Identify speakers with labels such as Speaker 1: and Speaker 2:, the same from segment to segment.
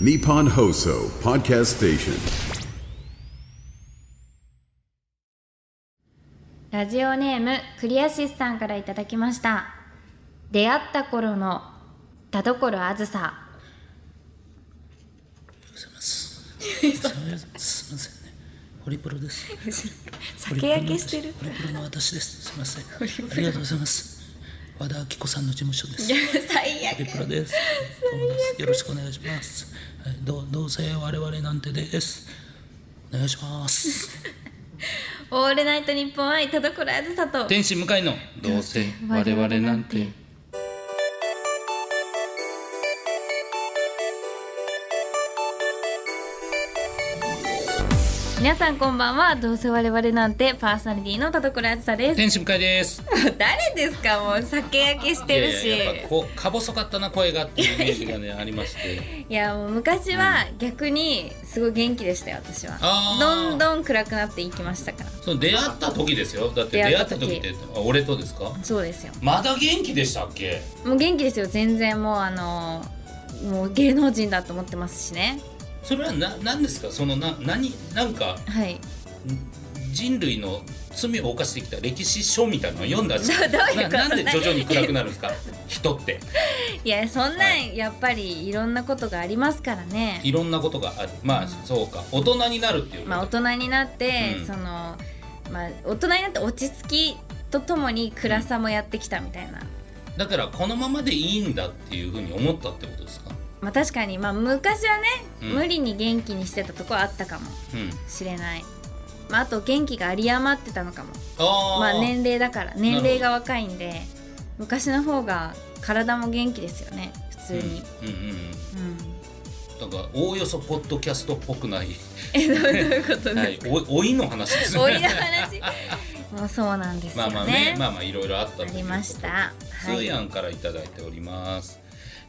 Speaker 1: Nippon Hoso Podcast Station.
Speaker 2: ラジオネームクリアシスさんからいただきました出会った頃の田所あずさ
Speaker 3: すみませんね。ホリプロです。
Speaker 2: 酒焼けしてる
Speaker 3: ホリプロの私です。すみません。ありがとうございます。和田アキ子さんの事務所です。ホ
Speaker 2: 最悪
Speaker 3: リプロです。どうもです。よろしくお願いします。はいどうどうせ我々なんてです。お願いします。
Speaker 2: オールナイトニッポン愛田所あずさと
Speaker 3: 天使向かいのどうせ
Speaker 2: 我々なんて。皆さんこんばんはどうせ我々なんてパーソナリティの田所あずさです
Speaker 3: 天使向かいです。
Speaker 2: 誰ですかもう酒焼けしてるし
Speaker 3: いやいややっぱこうか細かったな声がっていうイメージがねありま して。
Speaker 2: いやもう昔は逆にすごい元気でしたよ私は
Speaker 3: あー
Speaker 2: どんどん暗くなっていきましたから
Speaker 3: その出会った時ですよ。だって
Speaker 2: 出会
Speaker 3: 出
Speaker 2: っ
Speaker 3: 会ったた
Speaker 2: 時
Speaker 3: 時ってあ俺とですか。
Speaker 2: そうですよ
Speaker 3: まだ元気でしたっけ？
Speaker 2: もう元気ですよ全然もうあのーもう芸能人だと思ってますしね
Speaker 3: それはな何ですかそのな何なんか
Speaker 2: はい
Speaker 3: ん人類の罪を犯してきた歴史書みたい なのを読んだんです
Speaker 2: どういうこと
Speaker 3: ななんで徐々に暗くなるんですか人って
Speaker 2: いやそんな
Speaker 3: は
Speaker 2: んやっぱりいろんなことがありますからね
Speaker 3: いろんなことがあるまあそうか大人になるっていうこと、
Speaker 2: まあ大人になって、
Speaker 3: うん
Speaker 2: そのまあ大人になって落ち着きとともに暗さもやってきたみたいな、
Speaker 3: だからこのままでいいんだっていうふうに思ったってことですか
Speaker 2: まあ確かにまあ昔はね、
Speaker 3: うん
Speaker 2: 無理に元気にしてたとこはあったかも
Speaker 3: うん
Speaker 2: しれない、まあ、あと元気が有り余ってたのかも
Speaker 3: あー、
Speaker 2: まあ年齢だから年齢が若いんで昔の方が体も元気ですよね普通に、
Speaker 3: うんうんうん
Speaker 2: うん
Speaker 3: なんかおおよそポッドキャストっぽくない、
Speaker 2: えどういうことですか、
Speaker 3: はい、お老いの話ですね
Speaker 2: 老いの 話もうそうなんですよ
Speaker 3: まあ
Speaker 2: ね,、
Speaker 3: まあねまあまあいろいろあったと
Speaker 2: あ
Speaker 3: いうこと
Speaker 2: りました
Speaker 3: ス
Speaker 2: は
Speaker 3: ー
Speaker 2: い
Speaker 3: ヤンからいただいております。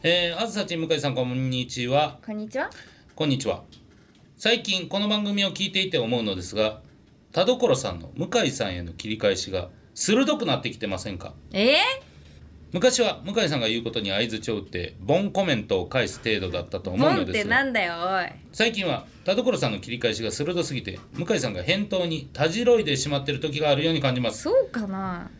Speaker 3: えー、あずさちん向井さんこんにちは。
Speaker 2: こんにちは
Speaker 3: こんにちは。最近この番組を聞いていて思うのですが、田所さんの向井さんへの切り返しが鋭くなってきてませんか
Speaker 2: え
Speaker 3: 昔は向井さんが言うことに相槌を打って、ボンコメントを返す程度だったと
Speaker 2: ー、
Speaker 3: 思
Speaker 2: ボ
Speaker 3: う
Speaker 2: ン
Speaker 3: の
Speaker 2: っ
Speaker 3: で
Speaker 2: て
Speaker 3: す
Speaker 2: な
Speaker 3: が、
Speaker 2: んだよおい
Speaker 3: 最近は田所さんの切り返しが鋭すぎて、向井さんが返答にたじろいでしまっている時があるように感じます。
Speaker 2: そうかな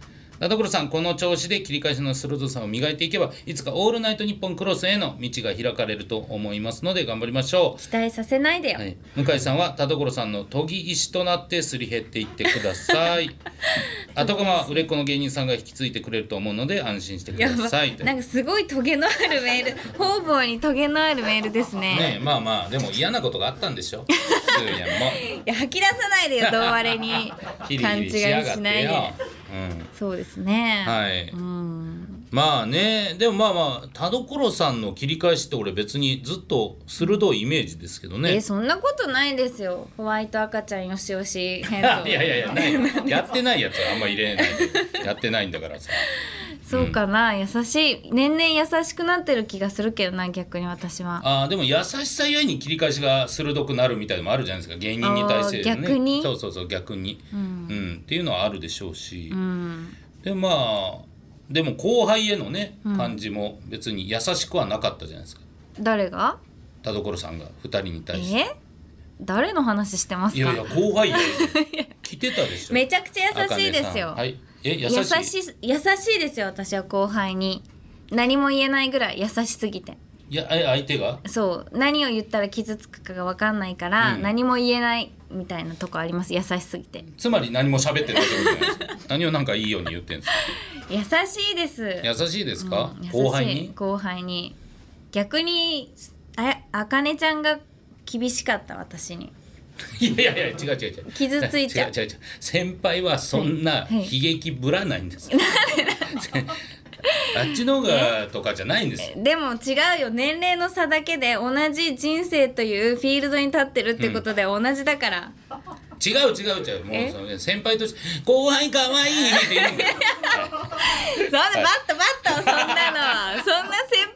Speaker 3: 田所さんこの調子で切り返しの鋭さを磨いていけばいつか「オールナイトニッポンクロス」への道が開かれると思いますので頑張りましょ
Speaker 2: 期待させないで
Speaker 3: う、
Speaker 2: よ、
Speaker 3: はい、向井さんは田所さんの研ぎ石となってすり減っていってくだ さい後釜は売れっ子の芸人さんが引き継いでくれると思うので安心してく
Speaker 2: や
Speaker 3: だ
Speaker 2: ば
Speaker 3: さい
Speaker 2: なんかすごいトゲのあるメール方々にトゲのあるメールです
Speaker 3: ねえまあまあでも嫌なことがあったんでし ょスーヤンも
Speaker 2: いや吐き出さないでよ同割れに
Speaker 3: ヒリ
Speaker 2: 勘違
Speaker 3: ヒ
Speaker 2: い
Speaker 3: リ
Speaker 2: し
Speaker 3: しやがってよ
Speaker 2: ないで
Speaker 3: うん
Speaker 2: そうですね
Speaker 3: はい
Speaker 2: うん
Speaker 3: まあねでもまあまあ田所さんの切り返しって俺別にずっと鋭いイメージですけどね
Speaker 2: えそんなことないですよホワイト赤ちゃんよしよし返答
Speaker 3: いやいやいやないよやってないやつはあんま入れないでやってないんだからさ
Speaker 2: そうかな優しい年々優しくなってる気がするけどな逆に私は
Speaker 3: あーでも優しさゆえに切り返しが鋭くなるみたいのもあるじゃないですか芸人に対して
Speaker 2: あ
Speaker 3: ね
Speaker 2: ー逆に
Speaker 3: そうそうそう逆に、うんっていうのはあるでしょうし、
Speaker 2: うん
Speaker 3: でまあでも後輩へのね感じも別に優しくはなかったじゃないですか
Speaker 2: 誰が
Speaker 3: 田所さんが2人に対して
Speaker 2: え誰の話してますか
Speaker 3: いやいや後輩へ 来てたでしょ
Speaker 2: めちゃくちゃ優しいです
Speaker 3: 茜さん
Speaker 2: よ、
Speaker 3: はい、え優
Speaker 2: 優
Speaker 3: しい
Speaker 2: しい優しいですよ私は後輩に何も言えないぐらい優しすぎて
Speaker 3: いやえ相手が
Speaker 2: そう何を言ったら傷つくかが分かんないから、
Speaker 3: うん
Speaker 2: 何も言えないみたいなとこあります優しすぎて
Speaker 3: つまり何も喋ってないってことじゃないですか何をなんかいいように言ってんですか
Speaker 2: 優しいです
Speaker 3: 優しいですか、
Speaker 2: うん優しい
Speaker 3: 後輩に
Speaker 2: 後輩に逆にああかねちゃんが厳しかった私に
Speaker 3: いやいやいや違う違う違う
Speaker 2: 傷ついちゃう
Speaker 3: 違う違う違う先輩はそんな
Speaker 2: はいはい
Speaker 3: 悲劇ぶらないんです よあっちのがとかじゃないんですよ
Speaker 2: でも違うよ年齢の差だけで同じ人生というフィールドに立ってるってことで同じだから、
Speaker 3: 違う違う違うもうその先輩として後輩かわいいって言うんだよ
Speaker 2: そんなバッタバッタそんなのそんな先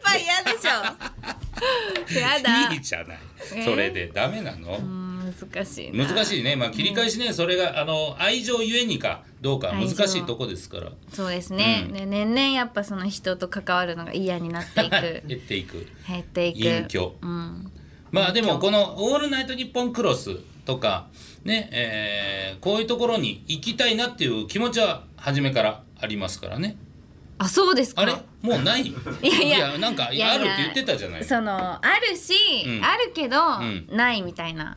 Speaker 2: 輩嫌でしょやだ
Speaker 3: いいじゃないそれでダメなの
Speaker 2: うん難しいな
Speaker 3: 難しいねまあ切り返しねそれがあの愛情ゆえにかどうか難しいとこですから
Speaker 2: そうですね、
Speaker 3: うん
Speaker 2: ね年々やっぱ その人と関わるのが嫌になっていく
Speaker 3: 減っていく
Speaker 2: 減っていく
Speaker 3: 隠居
Speaker 2: うん、
Speaker 3: まあでもこの「オールナイトニッポンクロス」とかねえーこういうところに行きたいなっていう気持ちは初めからありますからね
Speaker 2: あそうですか
Speaker 3: あれもうないい
Speaker 2: や いや
Speaker 3: なんかあるっ
Speaker 2: い
Speaker 3: て
Speaker 2: やいや
Speaker 3: 言ってたじゃない
Speaker 2: そのあるし、
Speaker 3: うん
Speaker 2: あるけど、
Speaker 3: ん
Speaker 2: ないみたいな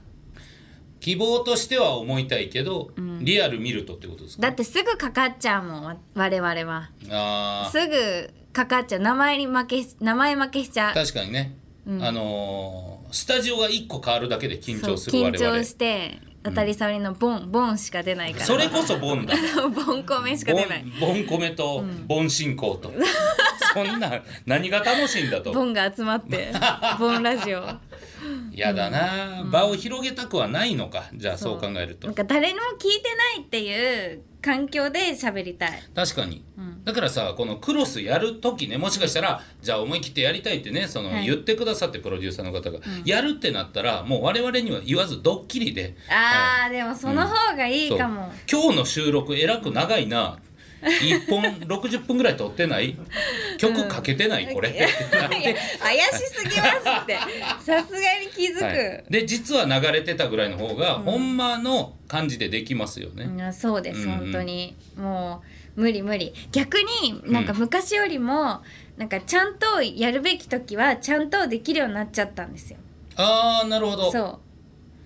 Speaker 3: 希望としては思いたいけど、リアル見るとってことですか
Speaker 2: だってすぐかかっちゃうもんわ我々は
Speaker 3: あー
Speaker 2: すぐかかっちゃう名前に負けし名前負けしちゃう
Speaker 3: 確かにね、あのースタジオが1個変わるだけで緊張
Speaker 2: そ
Speaker 3: する
Speaker 2: う
Speaker 3: 我
Speaker 2: 緊張
Speaker 3: 々
Speaker 2: して当たり障りのボン、ボンしか出ないから
Speaker 3: それこそボンだ
Speaker 2: ボンコメしか
Speaker 3: ボ
Speaker 2: 出ない
Speaker 3: ンボンコメとボン進行と、そんな何が楽しいんだと
Speaker 2: ボンが集まって ボンラジオ
Speaker 3: やだな、場を広げたくはないのかじゃあそう考えると
Speaker 2: なんか誰にも聞いてないっていう環境で喋りたい
Speaker 3: 確かに、だからさこのクロスやる時ねもしかしたらじゃあ思い切ってやりたいってねその、
Speaker 2: はい
Speaker 3: 言ってくださってプロデューサーの方が、やるってなったらもう我々には言わずドッキリで
Speaker 2: あー、でもその方がいい
Speaker 3: そう
Speaker 2: かも、
Speaker 3: 今日の収録えらく長いな1本 60分ぐらい撮ってない曲かけてない、これ
Speaker 2: いや怪しすぎます ってさすがに気づく、
Speaker 3: はい、で実は流れてたぐらいの方が、ほんまの感じでできますよね、
Speaker 2: いやそうです、
Speaker 3: うんうん
Speaker 2: 本当にもう無理無理逆になんか昔よりも、なんかちゃんとやるべき時はちゃんとできるようになっちゃったんですよ
Speaker 3: ああなるほど
Speaker 2: そう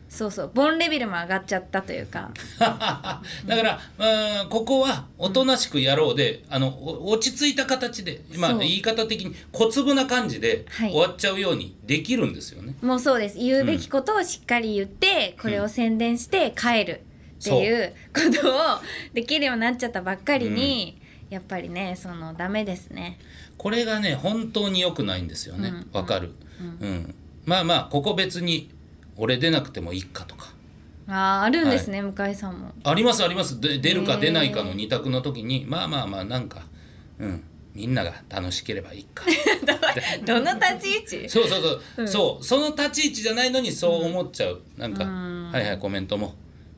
Speaker 2: そうそうボンレベルも上がっちゃったというか
Speaker 3: だから、うーんここはおとなしくやろうで、あのお落ち着いた形で、まあ、
Speaker 2: そう
Speaker 3: 言い方的に小粒な感じで
Speaker 2: はい
Speaker 3: 終わっちゃうようにできるんですよね。
Speaker 2: もうそうです言うべきことをしっかり言って、これを宣伝して帰るっていうことをできるようになっちゃったばっかりに、やっぱりねそのダメですね
Speaker 3: これがね本当に良くないんですよね
Speaker 2: うん
Speaker 3: わ、かる、うんまあまあここ別に俺出なくてもいいかとか
Speaker 2: あーあるんですね、向井さんも
Speaker 3: ありますありますで出るか出ないかの二択の時にまあまあまあなんか、うん、みんなが楽しければいいか。
Speaker 2: どの立ち位置
Speaker 3: そうそうそう、そうその立ち位置じゃないのにそう思っちゃうなんか、はいはいコメントも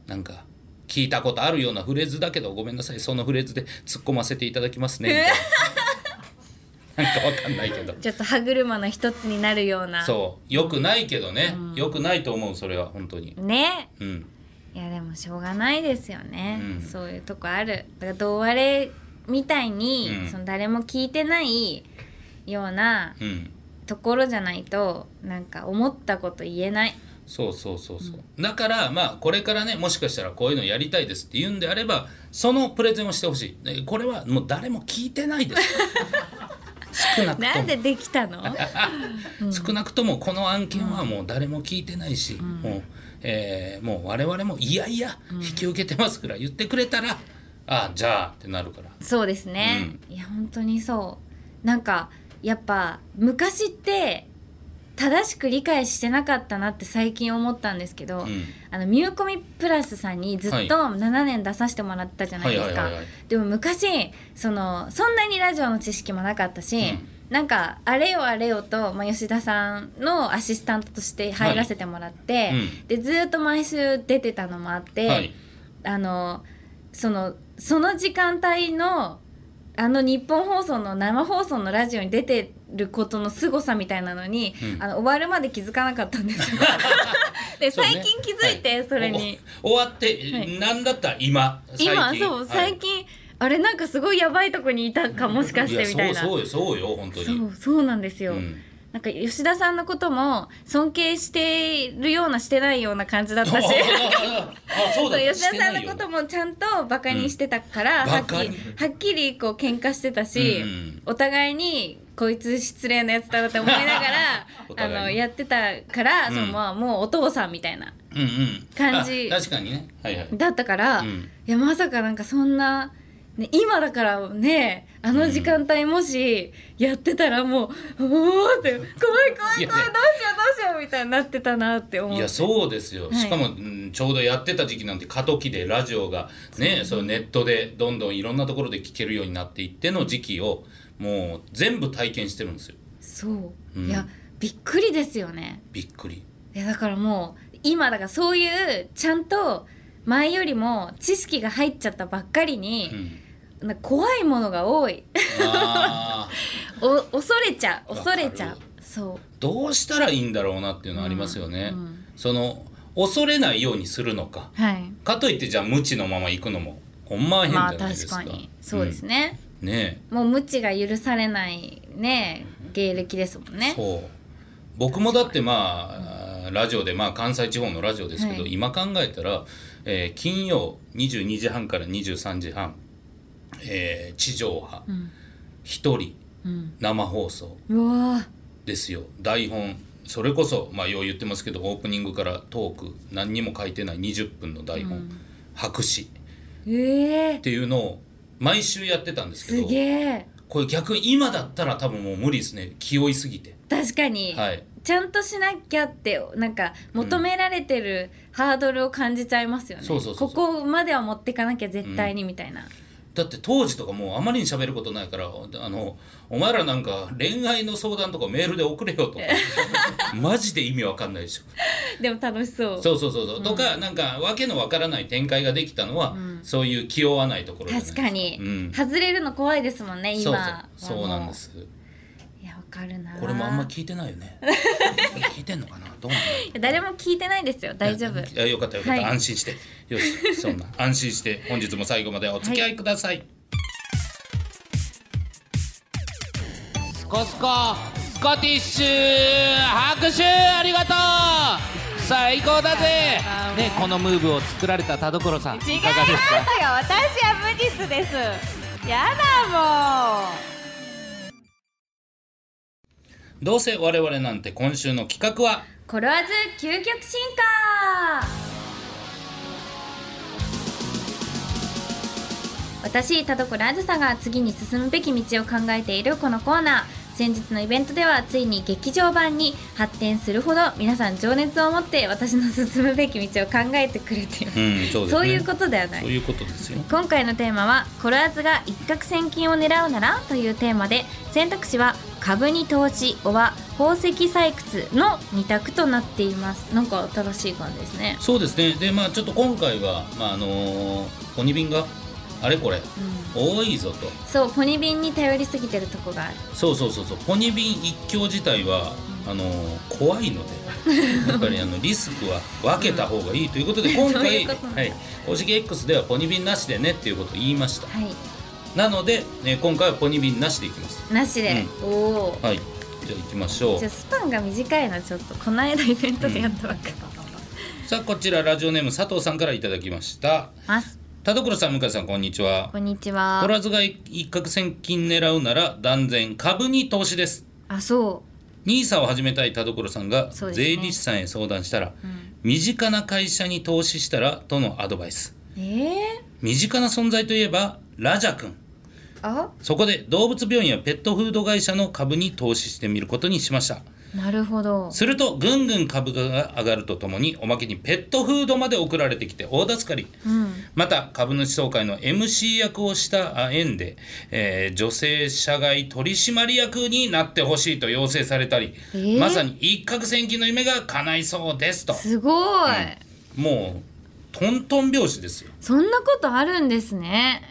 Speaker 3: なんか聞いたことあるようなフレーズだけどごめんなさいそのフレーズで突っ込ませていただきますねみたい ななんかわかんないけど
Speaker 2: ちょっと歯車の一つになるような
Speaker 3: そうよくないけどね、よくないと思うそれは本当に
Speaker 2: ね
Speaker 3: うん
Speaker 2: いやでもしょうがないですよね、
Speaker 3: うん
Speaker 2: そういうとこあるだからどうあれみたいに、
Speaker 3: うん
Speaker 2: その誰も聞いてないような
Speaker 3: うん
Speaker 2: ところじゃないとなんか思ったこと言えない
Speaker 3: そうそうそうそう、だからまあこれからねもしかしたらこういうのやりたいですって言うんであればそのプレゼンをしてほしいでこれはもう誰も聞いてないです 少なくとも
Speaker 2: なんでできたの
Speaker 3: 少なくともこの案件はもう誰も聞いてないし、もう、えーもう我々もいやいや引き受けてますくらい言ってくれたら、あじゃあってなるから
Speaker 2: そうですね、いや本当にそうなんかやっぱ昔って正しく理解してなかったなって最近思ったんですけど、
Speaker 3: ん
Speaker 2: あのミューコミプラスさんにずっと7年出させてもらったじゃないですか
Speaker 3: はいはいはいはい
Speaker 2: でも昔そのそんなにラジオの知識もなかったし、
Speaker 3: うん
Speaker 2: なんかあれよあれよと、まあ、吉田さんのアシスタントとして入らせてもらって、
Speaker 3: いうん
Speaker 2: でずっと毎週出てたのもあって、
Speaker 3: はい
Speaker 2: あのそのその時間帯のあの日本放送の生放送のラジオに出てることの凄さみたいなのに、
Speaker 3: うん
Speaker 2: あの終わるまで気づかなかったんですよ。 で、
Speaker 3: そうね
Speaker 2: 最近気づいて、
Speaker 3: は
Speaker 2: それに、
Speaker 3: お終わって、
Speaker 2: はい
Speaker 3: なんだったら今最近
Speaker 2: 今そう最近、あれなんかすごいやばいとこにいたかもしかしてみたいな。
Speaker 3: やそうそうよそうよ本当に
Speaker 2: そうそうなんですよ、
Speaker 3: うん
Speaker 2: なんか吉田さんのことも尊敬しているようなしてないような感じだったし
Speaker 3: あそうだ
Speaker 2: そう吉田さんの
Speaker 3: し
Speaker 2: こ
Speaker 3: てない
Speaker 2: と
Speaker 3: よ
Speaker 2: もちゃんとバカにしてたから、
Speaker 3: うん
Speaker 2: はっき
Speaker 3: バカ
Speaker 2: り
Speaker 3: に
Speaker 2: はっきりこう喧嘩してたし、
Speaker 3: うんうん
Speaker 2: お互いにこいつ失礼なやつだろって思いなが
Speaker 3: お
Speaker 2: らあ
Speaker 3: 互いに
Speaker 2: のやってたから、
Speaker 3: うん
Speaker 2: そのまあもうお父さんみたいな
Speaker 3: うんうん
Speaker 2: 感じ
Speaker 3: あ確かにねはいはい
Speaker 2: だったから、
Speaker 3: うん
Speaker 2: いやまさかなんかそんな、ね、今だからねあの時間帯もしやってたらもう、おおって怖い怖い怖い
Speaker 3: いやいや
Speaker 2: どうしようどうしようみたいになってたなって思
Speaker 3: いうやそうですよ、
Speaker 2: はい
Speaker 3: しかも、うんちょうどやってた時期なんて過渡期でラジオがねそうネットでどんどんいろんなところで聞けるようになっていっての時期をもう全部体験してるんですよ
Speaker 2: そう、
Speaker 3: うん
Speaker 2: いやびっくりですよね
Speaker 3: びっくり
Speaker 2: いやだからもう今だからそういうちゃんと前よりも知識が入っちゃったばっかり
Speaker 3: う
Speaker 2: に、
Speaker 3: ん
Speaker 2: なんか怖いものが多い
Speaker 3: あー
Speaker 2: お恐れちゃう恐れちゃ
Speaker 3: わ
Speaker 2: う
Speaker 3: か
Speaker 2: そう
Speaker 3: どうしたらいいんだろうなっていうのはありますよね。その恐れないようにするのか、
Speaker 2: はい
Speaker 3: かといってじゃあ無知のまま行くのもほんまは変じ
Speaker 2: ま
Speaker 3: ゃ
Speaker 2: あ
Speaker 3: ないです
Speaker 2: 確
Speaker 3: か。
Speaker 2: かにそうです
Speaker 3: ね。
Speaker 2: ね、
Speaker 3: ね
Speaker 2: もう無知が許されないね芸歴ですもん
Speaker 3: え
Speaker 2: ね
Speaker 3: そう僕もだってまあラジオでまあ関西地方のラジオですけど、
Speaker 2: はい
Speaker 3: 今考えたら、えー金曜22時半から23時半、えー地上波一、人生放送
Speaker 2: うわー
Speaker 3: ですよ台本それこそまあよう言ってますけどオープニングからトーク何にも書いてない20分の台本、白紙っ
Speaker 2: ええ
Speaker 3: ていうのを毎週やってたんですけ
Speaker 2: す
Speaker 3: ど
Speaker 2: げえ
Speaker 3: これ逆に今だったら多分もう無理ですね気負いすぎて
Speaker 2: 確かに、
Speaker 3: はい
Speaker 2: ちゃんとしなきゃってなんか求められてるハードルを感じちゃいますよね、
Speaker 3: そうそうそうそう
Speaker 2: ここまでは持ってかなきゃ絶対にみたいな、
Speaker 3: だって当時とかもうあまりに喋ることないからあのお前らなんか恋愛の相談とかメールで送れ よとかマジで意味わかんないでしょ
Speaker 2: でも楽しそう
Speaker 3: そうそうそうそう、とかなんかわけのわからない展開ができたのは、そういう気負わないところじゃない
Speaker 2: 確かに、
Speaker 3: うん
Speaker 2: 外れるの怖いですもんね
Speaker 3: そう
Speaker 2: 今
Speaker 3: そうそうなんです
Speaker 2: いやわかるな
Speaker 3: これもあんま聞いてないよ ね聞いてんのかなどうなんだろう
Speaker 2: いや誰も聞いてないですよ大丈夫
Speaker 3: いやよかったよかった、
Speaker 2: はい
Speaker 3: 安心してよしそ んな安心して本日も最後までお付き合いください、スコスコスコティッシュ拍手ありがとう最高だぜねこのムーブを作られた田所さんい
Speaker 4: 違い
Speaker 3: かがですか
Speaker 4: ますよ私は無実ですやだもう
Speaker 3: どうせ我々なんて今週の企画は
Speaker 2: コロワーズ究極進化私田所あずさが次に進むべき道を考えているこのコーナー先日のイベントではついに劇場版に発展するほど皆さん情熱を持って私の進むべき道を考えてくれています、
Speaker 3: うんそうですね
Speaker 2: そういうことではない
Speaker 3: そういうことですよ
Speaker 2: 今回のテーマは「コロアズが一攫千金を狙うなら?」というテーマで選択肢は「株に投資」おは「宝石採掘」の2択となっていますなんか新しい感じですね
Speaker 3: そうですねでまあちょっと今回はまああの鬼瓶があれこれ、多いぞと
Speaker 2: そうポニビンに頼りすぎてるとこがある
Speaker 3: そうそうそうそうポニビン一強自体はあの怖いのでやっぱりあのリスクは分けた方がいいということで、今
Speaker 2: そうい
Speaker 3: 回
Speaker 2: うことなんだ
Speaker 3: はい、公式 X ではポニビンなしでねっていうことを言いました
Speaker 2: はい
Speaker 3: なので、ね、今回はポニビンなしでいきます
Speaker 2: なしで、おお
Speaker 3: はいじゃあいきましょう
Speaker 2: じゃあスパンが短いなちょっとこの間イベントでやったばっかり
Speaker 3: さあこちらラジオネーム佐藤さんからいただきました
Speaker 2: ます
Speaker 3: 田所さん向井さんこんにちは
Speaker 2: こんにち
Speaker 3: コ
Speaker 2: は
Speaker 3: ラズが一攫千金狙うなら断然株に投資です
Speaker 2: あそ
Speaker 3: NISA を始めたい田所さんが
Speaker 2: そうですね
Speaker 3: 税理士さんへ相談したら、身近な会社に投資したらとのアドバイス
Speaker 2: うえー、
Speaker 3: 身近な存在といえばラジャ君
Speaker 2: あ
Speaker 3: そこで動物病院やペットフード会社の株に投資してみることにしました
Speaker 2: なるほど
Speaker 3: するとぐんぐん株価が上がるとともにおまけにペットフードまで送られてきて大助かり、また株主総会の MC 役をしたあ縁で、えー女性社外取締役になってほしいと要請されたり、
Speaker 2: ー
Speaker 3: まさに一攫千金の夢が叶いそうですと
Speaker 2: すごい、
Speaker 3: もうトントン拍子ですよ
Speaker 2: そんなことあるんですね。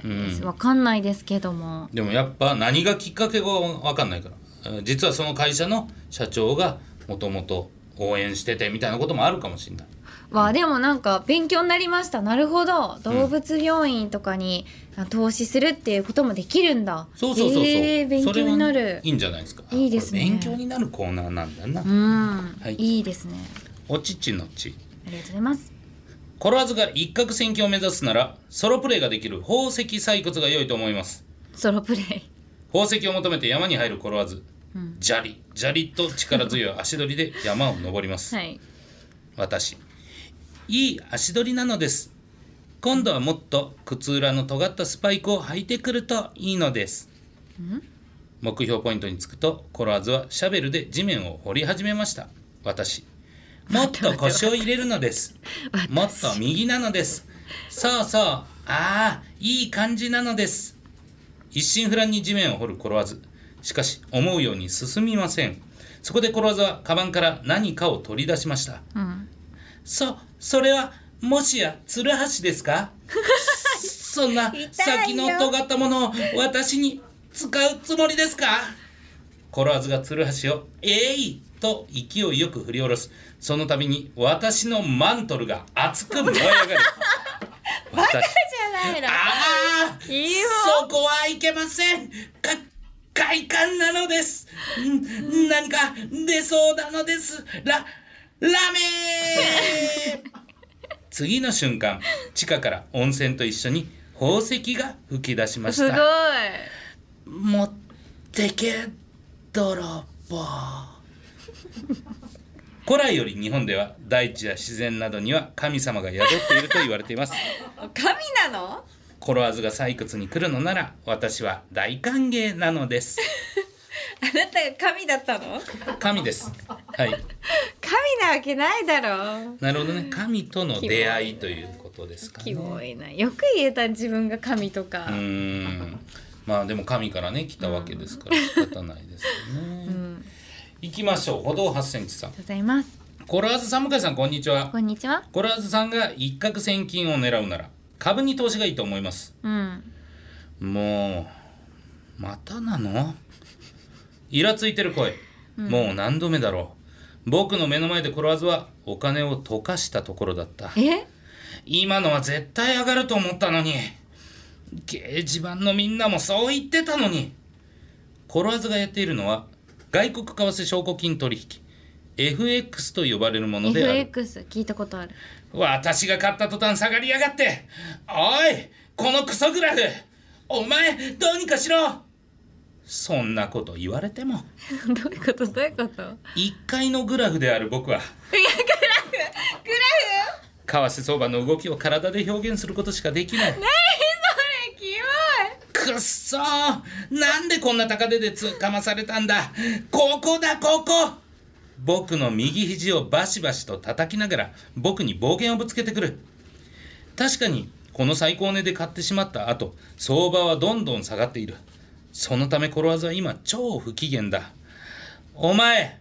Speaker 2: わ、かんないですけども。
Speaker 3: でもやっぱ何がきっかけか分かんないからえー実はその会社の社長がもともと応援しててみたいなこともあるかもしれない。
Speaker 2: わでもなんか勉強になりました。なるほど。動物病院とかにあ投資するっていうこともできるんだ。
Speaker 3: そうそうそうそう、
Speaker 2: えー勉強にな
Speaker 3: それはね
Speaker 2: る
Speaker 3: い。いんじゃないですか
Speaker 2: いいですね
Speaker 3: これ勉強になるコーナーなんだな、
Speaker 2: うん、
Speaker 3: はい
Speaker 2: い、いですね。
Speaker 3: お乳のち
Speaker 2: ありがとうございます。
Speaker 3: コロワーズが一攫千金を目指すならソロプレイができる宝石採掘が良いと思います
Speaker 2: ソロプレイ。
Speaker 3: 宝石を求めて山に入るコロワーズ、砂利砂利と力強い足取りで山を登ります、
Speaker 2: はい。
Speaker 3: 私いい足取りなのです今度はもっと靴裏の尖ったスパイクを履いてくるといいのです目標ポイントにつくとコロアズはシャベルで地面を掘り始めました私もっと腰を入れるのですもっと右なのですそうそうああいい感じなのです一心不乱に地面を掘るコロワズしかし思うように進みませんそこでコロワズはカバンから何かを取り出しました、そそれはもしやツルハシですかそんな先の尖ったものを私に使うつもりですかコロワズがツルハシを「えい!」と勢いよく振り下ろすその度に私のマントルが熱く燃え上がる私
Speaker 2: じゃないの
Speaker 3: ああ
Speaker 2: いいよ
Speaker 3: そこはいけませんか快感なのですん何か出そうなのですララメー次の瞬間地下から温泉と一緒に宝石が噴き出しまし
Speaker 2: すごい
Speaker 3: た持ってけ泥棒古来より日本では大地や自然などには神様が宿っていると言われています
Speaker 2: 神なの
Speaker 3: コロワーズが採掘に来るのなら私は大歓迎なのです
Speaker 2: あなたが神だったの
Speaker 3: 神ですはい
Speaker 4: 神なわけないだろう
Speaker 3: なるほどね神との出会いということですかね
Speaker 4: キ
Speaker 3: う
Speaker 4: モいなよく言えた自分が神とか、
Speaker 3: ーんまあでも神からね来たわけですから仕方ないですよね、行きましょう歩道8センチさん
Speaker 4: ありがとうございます
Speaker 3: コロワーズさん向井さんこんにちは
Speaker 4: こんにちは
Speaker 3: コロワーズさんが一攫千金を狙うなら株に投資がいいと思います
Speaker 4: うん
Speaker 3: もうまたなのイラついてる声、もう何度目だろう僕の目の前でコロワーズはお金を溶かしたところだった
Speaker 4: え
Speaker 3: 今のは絶対上がると思ったのに掲示板のみんなもそう言ってたのにコロワーズがやっているのは外国為替証拠金取引 FX と呼ばれるものである
Speaker 4: FX 聞いたことあ る
Speaker 3: 私が買った途端下がりやがっておいこのクソグラフお前どうにかしろそんなこと言われても
Speaker 4: どういうことどういうこと
Speaker 3: 1階のグラフである僕はグラフグラフ為替相場の動きを体で表現することしかできない
Speaker 4: えキモ
Speaker 3: くっそーなんでこんな高値でつかまされたんだここだここ僕の右肘をバシバシと叩きながら僕に暴言をぶつけてくる確かにこの最高値で買ってしまった後相場はどんどん下がっているそのためコロワーズは今超不機嫌だお前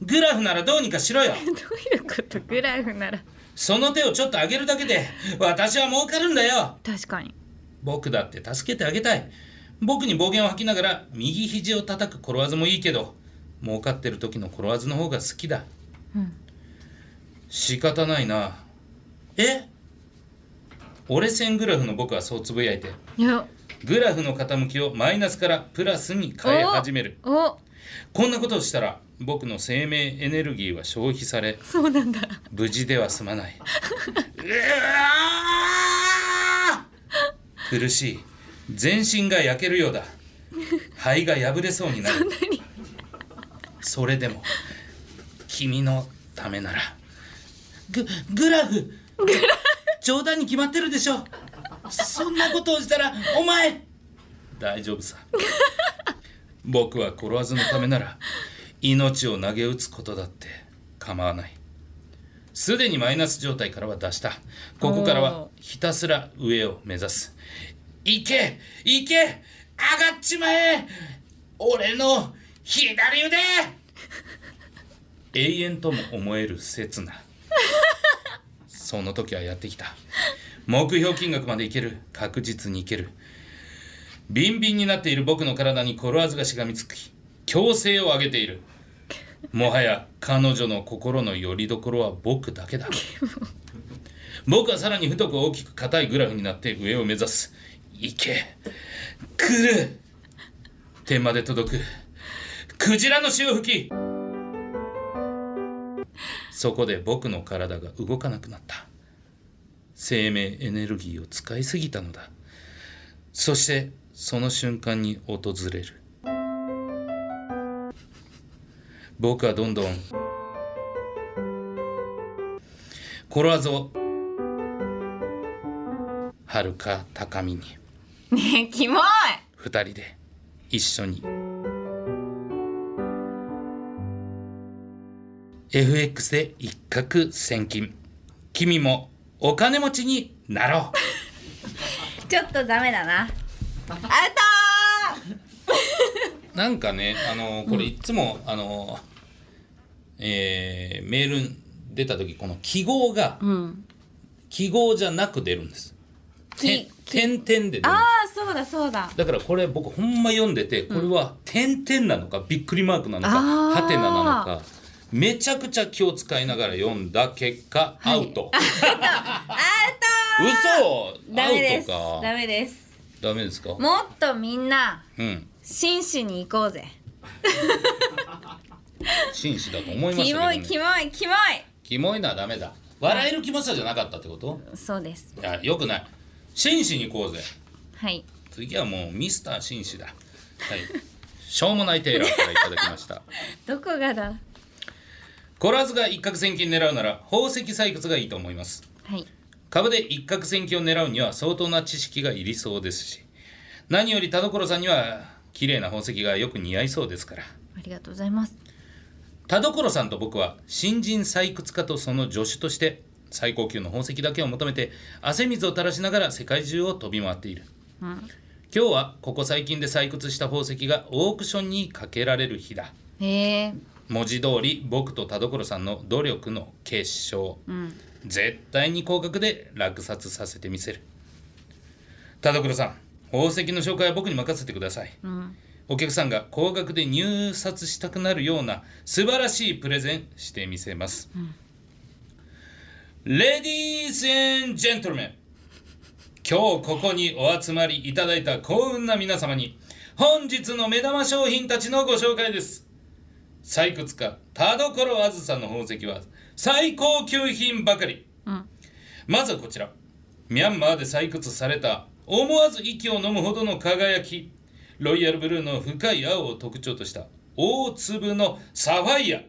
Speaker 3: グラフならどうにかしろよ
Speaker 4: い どういうことグラフなら
Speaker 3: その手をちょっと上げるだけで私は儲かるんだよ
Speaker 4: 確かに
Speaker 3: 僕だって助けてあげたい僕に暴言を吐きながら右肘を叩くコロワズもいいけど儲かってる時のコロワズの方が好きだ、仕方ないなえ折れ線グラフの僕はそうつぶやいて
Speaker 4: いや
Speaker 3: グラフの傾きをマイナスからプラスに変え始める
Speaker 4: お
Speaker 3: こんなことをしたら僕の生命エネルギーは消費され
Speaker 4: そうなんだ
Speaker 3: 無事では済まないうわー苦しい全身が焼けるようだ肺が破れそうになるそれでも君のためならググラフ冗談に決まってるでしょそんなことをしたらお前大丈夫さ僕はコロワズのためなら命を投げ打つことだって構わないすでにマイナス状態からは脱したここからはひたすら上を目指す行け行け上がっちまえ俺の左腕永遠とも思える刹那その時はやってきた目標金額までいける確実にいけるビンビンになっている僕の体にコロワーズがしがみつき強制を上げているもはや彼女の心の拠り所は僕だけだ僕はさらに太く大きく硬いグラフになって上を目指す行け来る手まで届くクジラの潮吹きそこで僕の体が動かなくなった生命エネルギーを使いすぎたのだそしてその瞬間に訪れる僕はどんどんコロワーズをはるか高みに
Speaker 4: ねえキモい
Speaker 3: 二人で一緒に FX で一攫千金君もお金持ちになろう
Speaker 2: ちょっとダメだな
Speaker 4: アウ
Speaker 3: なんかね、あのこれいつも、あのえーメール出た時この記号が、
Speaker 4: トうん
Speaker 3: 記号じゃなく出るんです。て
Speaker 4: き
Speaker 3: 点々で出る
Speaker 4: ああそうだそうだ
Speaker 3: だからこれ僕ほんま読んでてこれは点々なのかびっくりマークなのか
Speaker 4: あー
Speaker 3: ハテナなのかめちゃくちゃ気を使いながら読んだ結果、
Speaker 2: はい
Speaker 3: アウ
Speaker 2: アウ
Speaker 3: ト
Speaker 2: ト
Speaker 3: 嘘
Speaker 2: ダ
Speaker 3: ア
Speaker 2: メです
Speaker 3: ウト
Speaker 2: ダ
Speaker 3: か
Speaker 2: メです
Speaker 3: ダメですか
Speaker 2: もっとみんな
Speaker 3: うん
Speaker 2: 真摯に行こうぜ
Speaker 3: 紳士だと思いまし
Speaker 2: キ
Speaker 3: た
Speaker 2: モい
Speaker 3: けど、ね、
Speaker 2: キモいキモ
Speaker 3: キモいのはダメだ笑える気まさじゃなかったってこと
Speaker 2: いそうです
Speaker 3: いやよくない紳士に行こうぜ
Speaker 2: はい
Speaker 3: 次はもうミスター紳士だはいしょうもないテイラーからいただきました
Speaker 2: どこがだ
Speaker 3: コラーズが一攫千金狙うなら宝石採掘がいいと思います
Speaker 2: はい
Speaker 3: 株で一攫千金を狙うには相当な知識がいりそうですし何より田所さんには綺麗な宝石がよく似合いそうですから
Speaker 2: ありがとうございます
Speaker 3: 田所さんと僕は新人採掘家とその助手として最高級の宝石だけを求めて汗水を垂らしながら世界中を飛び回っている、今日はここ最近で採掘した宝石がオークションにかけられる日だ
Speaker 2: へえ
Speaker 3: 文字通り僕と田所さんの努力の結晶、絶対に高額で落札させてみせる田所さん宝石の紹介は僕に任せてください、お客さんが高額で入札したくなるような素晴らしいプレゼンしてみせます、レディース・エン・ジェントルメン今日ここにお集まりいただいた幸運な皆様に本日の目玉商品たちのご紹介です採掘家田所あずさの宝石は最高級品ばかり、まずはこちらミャンマーで採掘された思わず息を飲むほどの輝きロイヤルブルーの深い青を特徴とした大粒のサファイア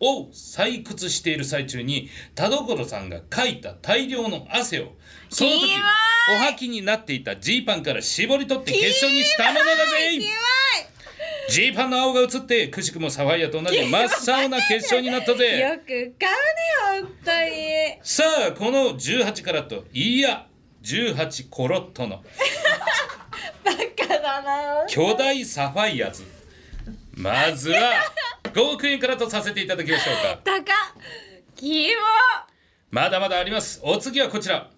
Speaker 3: を採掘している最中に田所さんがかいた大量の汗をその時
Speaker 2: キモい
Speaker 3: おはきになっていたジーパンから絞り取って結晶にしたものだぜ
Speaker 2: キモい
Speaker 3: ジーパンの青が映ってくしくもサファイアと同じ真っ青な結晶になった
Speaker 2: よ
Speaker 3: ぜ
Speaker 2: く買うね本当に
Speaker 3: さあこの18カラットいや18コロットの
Speaker 2: バカだな
Speaker 3: 巨大サファイアズまずは5億円からとさせていただきましょうか
Speaker 2: 高っキ
Speaker 3: まだまだありますお次はこちら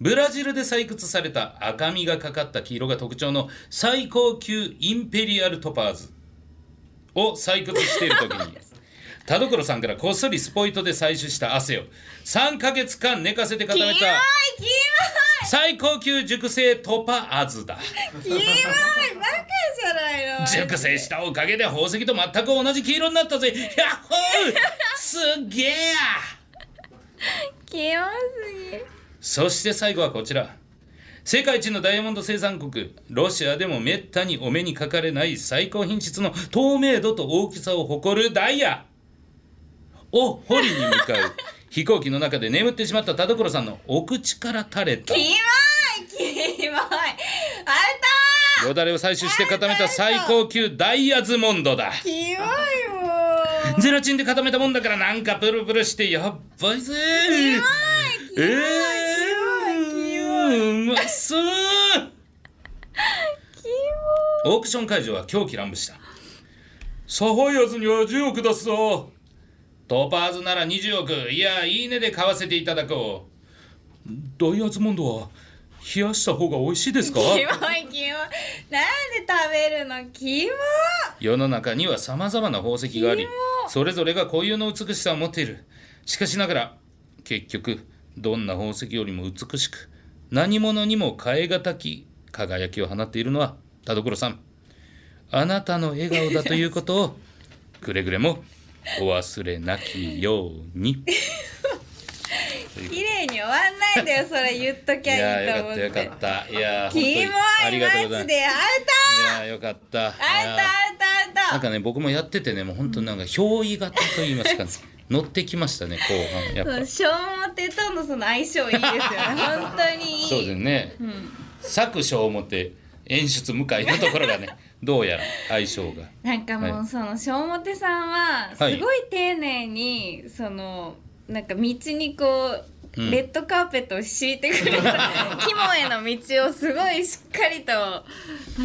Speaker 3: ブラジルで採掘された赤みがかかった黄色が特徴の最高級インペリアルトパーズを採掘している時に田所さんからこっそりスポイトで採取した汗を3ヶ月間寝かせて固
Speaker 2: モキモ
Speaker 3: め
Speaker 2: い
Speaker 3: た最高級熟成トパーズだ
Speaker 2: キモいキモいバカじゃないの
Speaker 3: 熟成したおかげで宝石と全く同じ黄色になったぜやっほーすっげえや
Speaker 2: キモすぎ
Speaker 3: そして最後はこちら世界一のダイヤモンド生産国ロシアでもめったにお目にかかれない最高品質の透明度と大きさを誇るダイヤを掘りに向 かう飛行機の中で眠ってしまった田所さんのお口から垂れた
Speaker 2: キモいキモいあった
Speaker 3: よだれを採取して固めた最高級ダイヤズモンドだ
Speaker 2: キモいも
Speaker 3: ゼラチンで固めたもんだからなんかプルプルしてやっばいぜえーうまそうオークション会場は狂気乱舞したサファイアズには10億出すぞトーパーズなら20億いやいいねで買わせていただこうダイヤズモンドは冷やした方が美味しいですか
Speaker 2: キモいキモいなんで食べるのキモ
Speaker 3: 世の中にはさまざまな宝石がありそれぞれが固有の美しさを持っているしかしながら結局どんな宝石よりも美しく何物にも代え難き輝きを放っているのは田所さんあなたの笑顔だというこ とをくれぐれもお忘れなきように
Speaker 2: 綺麗に終わんないんだよそれ言っと
Speaker 3: い
Speaker 2: き
Speaker 3: や
Speaker 2: ゃいい
Speaker 3: ー
Speaker 2: と
Speaker 3: よ
Speaker 2: 思
Speaker 3: か
Speaker 2: っ
Speaker 3: ってたよかったいやー
Speaker 2: キモい
Speaker 3: 本当にありがとう
Speaker 2: マ
Speaker 3: ござい
Speaker 2: ジ
Speaker 3: ますい
Speaker 2: でアウ
Speaker 3: やーよかった
Speaker 2: トアウト
Speaker 3: い
Speaker 2: アウ
Speaker 3: やー
Speaker 2: トア
Speaker 3: な
Speaker 2: ウ
Speaker 3: ん
Speaker 2: ト
Speaker 3: かね僕もやっててねもう本当になんか憑依型と言います かね乗ってきましたね後半や
Speaker 2: そ
Speaker 3: っぱ
Speaker 2: の消耗手とのその相性いいですよね本当にいい
Speaker 3: そうですね、作小表演出向かいのところが ねどうやら相性が
Speaker 2: なんかも
Speaker 3: は
Speaker 2: う
Speaker 3: い
Speaker 2: その小もてさんはす
Speaker 3: はい
Speaker 2: ごい丁寧にそのなんか道にこう
Speaker 3: うん
Speaker 2: レッドカーペットを敷いてくれ たキモへの道をすごいしっかりとな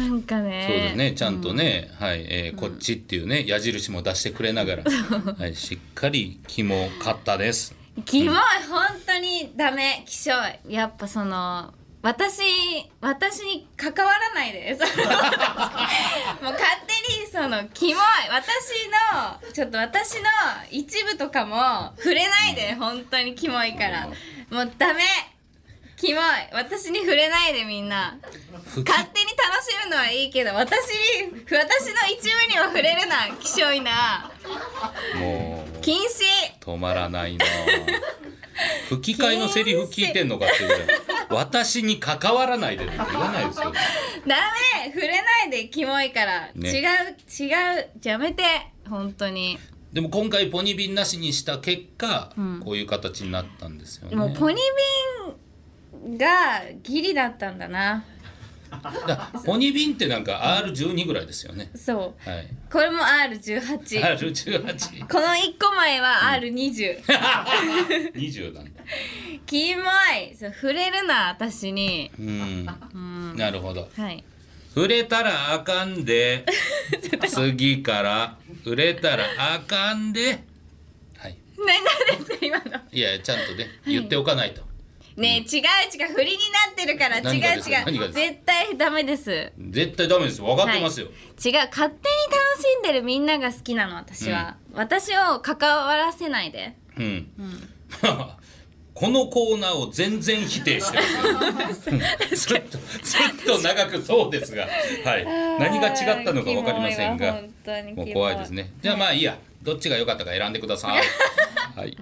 Speaker 2: んかね
Speaker 3: そうですねちゃんとね、はい、えーこっちっていうね矢印も出してくれながら、はい、しっかり肝かったです
Speaker 2: キモい本当にダメ希少いやっぱその 私私に関わらないでそのもう勝手ににそのキモい私のちょっと私の一部とかも触れないで本当にキモいからもうダメキモい私に触れないでみんな
Speaker 3: ふき
Speaker 2: 勝手に楽しむのはいいけど私に私の一部には触れるな希少いな
Speaker 3: もう
Speaker 2: 禁止
Speaker 3: 止まらないな 吹き替えのセリフ聞いてんのかっていうぐらい 私に関わらないでって言わないですよ
Speaker 2: ダメ触れないでキモいから、
Speaker 3: ね
Speaker 2: 違う違うやめて本当に
Speaker 3: でも今回ポニビンなしにした結果、こういう形になったんですよね
Speaker 2: もうポニビンがギリだったんだな
Speaker 3: だポニビンってなんか R12 ぐらいですよね
Speaker 2: そ
Speaker 3: はいう
Speaker 2: これも R18
Speaker 3: R18
Speaker 2: この1個前は R20、
Speaker 3: 20なんだ
Speaker 2: キモいそう触れるな私に
Speaker 3: うんなるほど
Speaker 2: はい
Speaker 3: 触れたらあかんで 次から触れたらあかんではい
Speaker 2: な 何ですか今の
Speaker 3: いやちゃんとね言っておかないと、
Speaker 2: ねえ、違う違う振りになってるから違う
Speaker 3: 何
Speaker 2: 違
Speaker 3: が
Speaker 2: う
Speaker 3: ですか何がですか
Speaker 2: 絶対ダメです
Speaker 3: 絶対ダメです分かってますよ、
Speaker 2: 違う勝手に楽しんでるみんなが好きなの私は、私を関わらせないで
Speaker 3: うん、このコーナーを全然否定してますよずっとずっと長くそうですが、はい、何が違ったのか分かりません
Speaker 2: キモいわ
Speaker 3: が
Speaker 2: 本当にキモ
Speaker 3: もう怖いですねじゃあまあいいやどっちが良かったか選んでくださ いは
Speaker 2: どっ
Speaker 3: い
Speaker 2: ち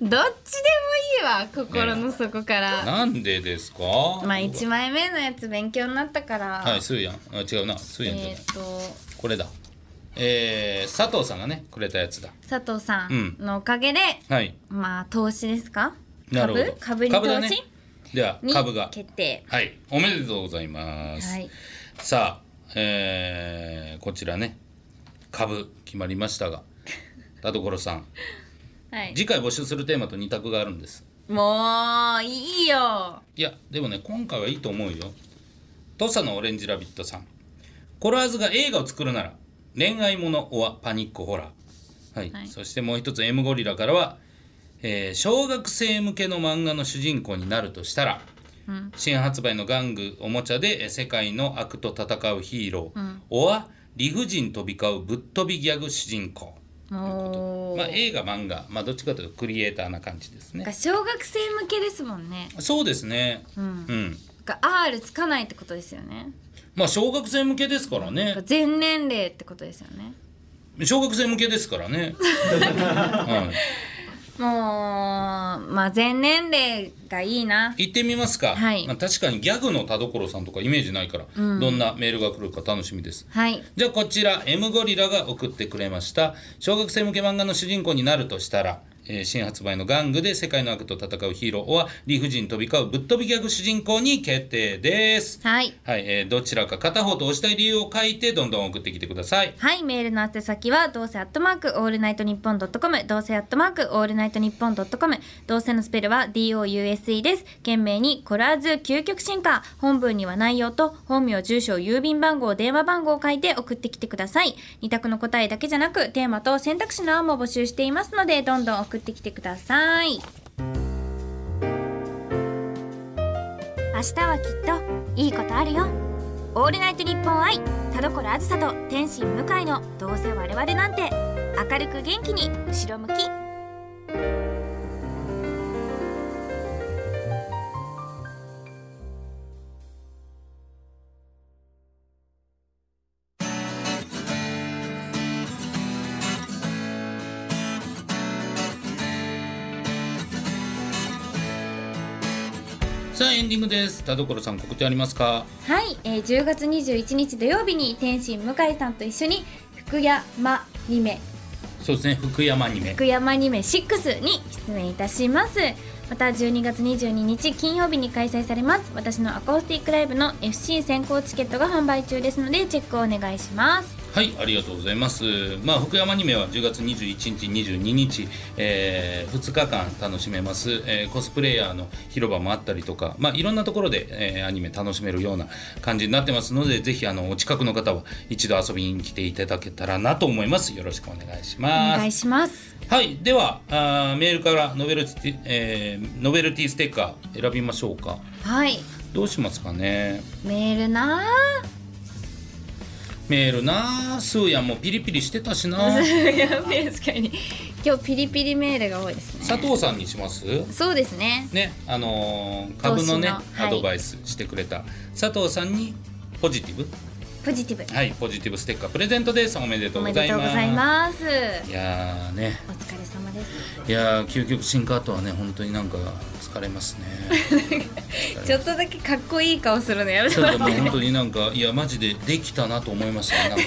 Speaker 2: でもいいわ心の底から、
Speaker 3: なんでですか
Speaker 2: まあ1枚目のやつ勉強になったから、
Speaker 3: はいスーヤンあ違うなスーヤンじゃな
Speaker 2: え
Speaker 3: い
Speaker 2: っ、と
Speaker 3: これだえー、佐藤さんがねくれたやつだ
Speaker 2: 佐藤さんのおかげで、
Speaker 3: はい
Speaker 2: まあ投資ですか
Speaker 3: なるほど
Speaker 2: 株株に投資
Speaker 3: だねでは
Speaker 2: に
Speaker 3: 株が
Speaker 2: 決定
Speaker 3: はいおめでとうございます、
Speaker 2: はい
Speaker 3: さあ、えーこちらね株決まりましたが田所さん
Speaker 2: はい
Speaker 3: 次回募集するテーマと2択があるんです
Speaker 2: もういいよ
Speaker 3: いやでもね今回はいいと思うよ土佐のオレンジラビットさんコラーズが映画を作るなら恋愛ものオアパニックホラー、はい
Speaker 2: い
Speaker 3: そしてもう一つ M ゴリラからは、えー小学生向けの漫画の主人公になるとしたら、新発売の玩具おもちゃでえー世界の悪と戦うヒーロー、オア理不尽飛び交うぶっ飛びギャグ主人公
Speaker 2: もう、
Speaker 3: まあ、映画漫画、まあ、どっちかというとクリエイターな感じです
Speaker 2: なんか
Speaker 3: ね
Speaker 2: 小学生向けですもんね
Speaker 3: そうですねうん
Speaker 2: が R つかないってことですよね
Speaker 3: まあ小学生向けですからね
Speaker 2: 全年齢ってことですよね
Speaker 3: 小学生向けですから ね、は、
Speaker 2: もうまあ全年齢がいいない
Speaker 3: 行ってみますか、
Speaker 2: はい
Speaker 3: まあ、確かにギャグの田所さんとかイメージないから、どんなメールが来るか楽しみです
Speaker 2: はい
Speaker 3: じゃあこちら M ゴリラが送ってくれました小学生向け漫画の主人公になるとしたら、えー新発売の「玩具で世界の悪と戦うヒーロー」は理不尽飛び交うぶっ飛びギャグ主人公に決定です
Speaker 2: はい
Speaker 3: はい、えーどちらか片方と押したい理由を書いてどんどん送ってきてください
Speaker 2: はいメールの宛先はどうせアットマークオールナイトニッポンドットコムどうせアットマークオールナイトニッポンドットコムどうせのスペルは DOUSE です件名にコラーズ究極進化本文には内容と本名住所郵便番号電話番号を書いて送ってきてください二択の答えだけじゃなくテーマと選択肢の案も募集していますのでどんどん送ってきてください明日はきっといいことあるよオールナイトニッポン愛田所あずさと天心向井のどうせ我々なんて明るく元気に後ろ向き
Speaker 3: さあエンディングです田所さん告知ありますか
Speaker 2: はい、えー、10月21日土曜日に天心向井さんと一緒に福山アニメ
Speaker 3: そうですね福山アニメ
Speaker 2: 福山アニメ6に出演いたしますまた12月22日金曜日に開催されます私のアコースティックライブの FC 先行チケットが販売中ですのでチェックをお願いします
Speaker 3: はい、ありがとうございます。まあ、福山アニメは10月21日、22日、えー、2日間楽しめます、えーコスプレイヤーの広場もあったりとか、まあ、いろんなところで、えーアニメ楽しめるような感じになってますので、ぜひ、あの、お近くの方は一度遊びに来ていただけたらなと思います。よろしくお願いし
Speaker 2: お
Speaker 3: ます。
Speaker 2: 願いします
Speaker 3: はい、ではあー、メールからノベルティ、えーノベルティステッカー選びましょうか。
Speaker 2: はい
Speaker 3: どうしますかね。
Speaker 2: メールな
Speaker 3: メールなあスーヤンもピリピリしてたしな
Speaker 2: やべえ確かに今日ピリピリメールが多いですね
Speaker 3: 佐藤さんにします
Speaker 2: そうですね
Speaker 3: ねあのー株のね
Speaker 2: 投資のはい
Speaker 3: アドバイスしてくれた佐藤さんにポジティブ
Speaker 2: ポジティブ、
Speaker 3: はいポジティブステッカープレゼントですおめでと
Speaker 2: お
Speaker 3: うご
Speaker 2: め
Speaker 3: ざ
Speaker 2: で
Speaker 3: い
Speaker 2: とう
Speaker 3: ま
Speaker 2: ご
Speaker 3: す
Speaker 2: ざいます
Speaker 3: いやーね
Speaker 2: お疲れ様です
Speaker 3: いやー究極進化後はね本当になんか疲れますね
Speaker 2: ちょっとだけかっこいい顔するのやめて
Speaker 3: ち
Speaker 2: も
Speaker 3: ょっ
Speaker 2: ら
Speaker 3: と
Speaker 2: っ
Speaker 3: もう
Speaker 2: て
Speaker 3: 本当になんかいやマジでできたなと思いましたねなんか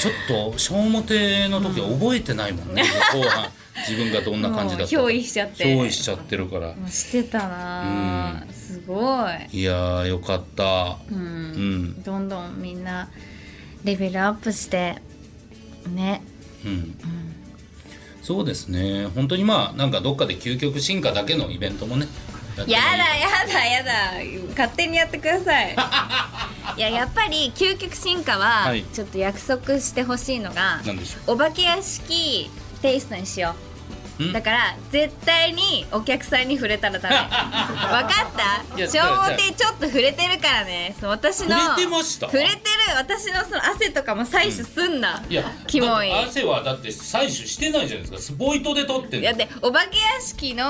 Speaker 3: ちょっと小表の時は覚えてないもんね、後半自分がどんな感じだったか
Speaker 2: もう憑依しちゃって
Speaker 3: 憑依しちゃってるから
Speaker 2: もうしてたなあすごい
Speaker 3: いやーよかった
Speaker 2: うん、
Speaker 3: うん
Speaker 2: どんどんみんなレベルアップしてね
Speaker 3: うん、そうですね本当にまあなんかどっかで究極進化だけのイベントもねってもいい
Speaker 2: やだやだやだ勝手にやってくださ いいややっぱり究極進化は
Speaker 3: はい
Speaker 2: ちょっと約束してほしいのが、
Speaker 3: なんでしょ
Speaker 2: お化け屋敷テイストにしよ
Speaker 3: ん
Speaker 2: うだから絶対にお客さんに触れたらダ メ分かっ
Speaker 3: いや
Speaker 2: た小表ちょっと触れてるからねそう私の
Speaker 3: 触れてました
Speaker 2: 触れてる私のその汗とかも採取すんな、
Speaker 3: ういや
Speaker 2: キモい
Speaker 3: だって汗はだって採取してないじゃないですかスポイトで取ってん
Speaker 2: い
Speaker 3: の
Speaker 2: やでお化け屋敷の、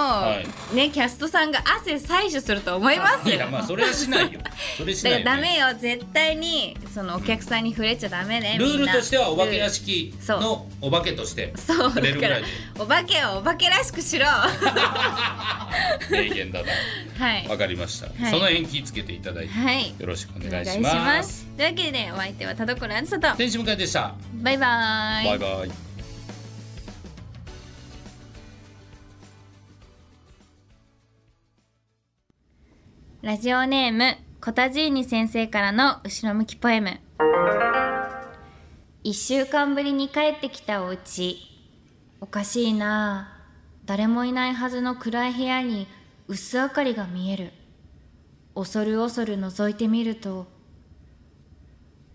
Speaker 3: い
Speaker 2: ねキャストさんが汗採取すると思います
Speaker 3: い
Speaker 2: よ
Speaker 3: やまあそれはしないよそれし
Speaker 2: だ
Speaker 3: な
Speaker 2: か
Speaker 3: い
Speaker 2: ら
Speaker 3: よ
Speaker 2: ダメよ絶対にそのお客さんに触れちゃダメね、
Speaker 3: ル
Speaker 2: み
Speaker 3: ー
Speaker 2: ん
Speaker 3: ル
Speaker 2: な
Speaker 3: としてはお化け屋敷
Speaker 2: そう
Speaker 3: のお化けとして
Speaker 2: そう
Speaker 3: 触れ
Speaker 2: だ
Speaker 3: る
Speaker 2: か
Speaker 3: ぐら
Speaker 2: ら
Speaker 3: い
Speaker 2: お化けはお化けらしく しろは
Speaker 3: で名言だな
Speaker 2: い
Speaker 3: わかりました、
Speaker 2: はい
Speaker 3: その辺気ぃつけていただいて、
Speaker 2: はい
Speaker 3: よろしくお
Speaker 2: お
Speaker 3: 願
Speaker 2: 願
Speaker 3: い
Speaker 2: い
Speaker 3: し
Speaker 2: し
Speaker 3: ま
Speaker 2: ますすというわけでお相手は田所あずさと
Speaker 3: 天使向かいでした、
Speaker 2: バイバイ
Speaker 3: バイバイ
Speaker 2: ラジオネームコタジーニ先生からの後ろ向きポエム1週間ぶりに帰ってきたお家おかしいなあ誰もいないはずの暗い部屋に薄明かりが見える恐る恐る覗いてみると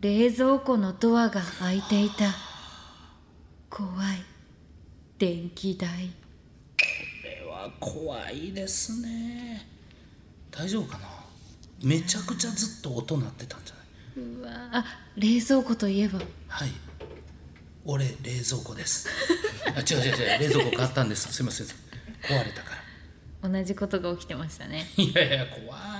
Speaker 2: 冷蔵庫のドアが開いていた怖い電気代
Speaker 3: これは怖いですね大丈夫かなめちゃくちゃずっと音鳴ってたんじゃないう
Speaker 2: わあ冷蔵庫といえば
Speaker 3: はい俺冷蔵庫です あ違う違う違う冷蔵庫買ったんですすいません壊れたから
Speaker 2: 同じことが起きてましたね
Speaker 3: いやいや怖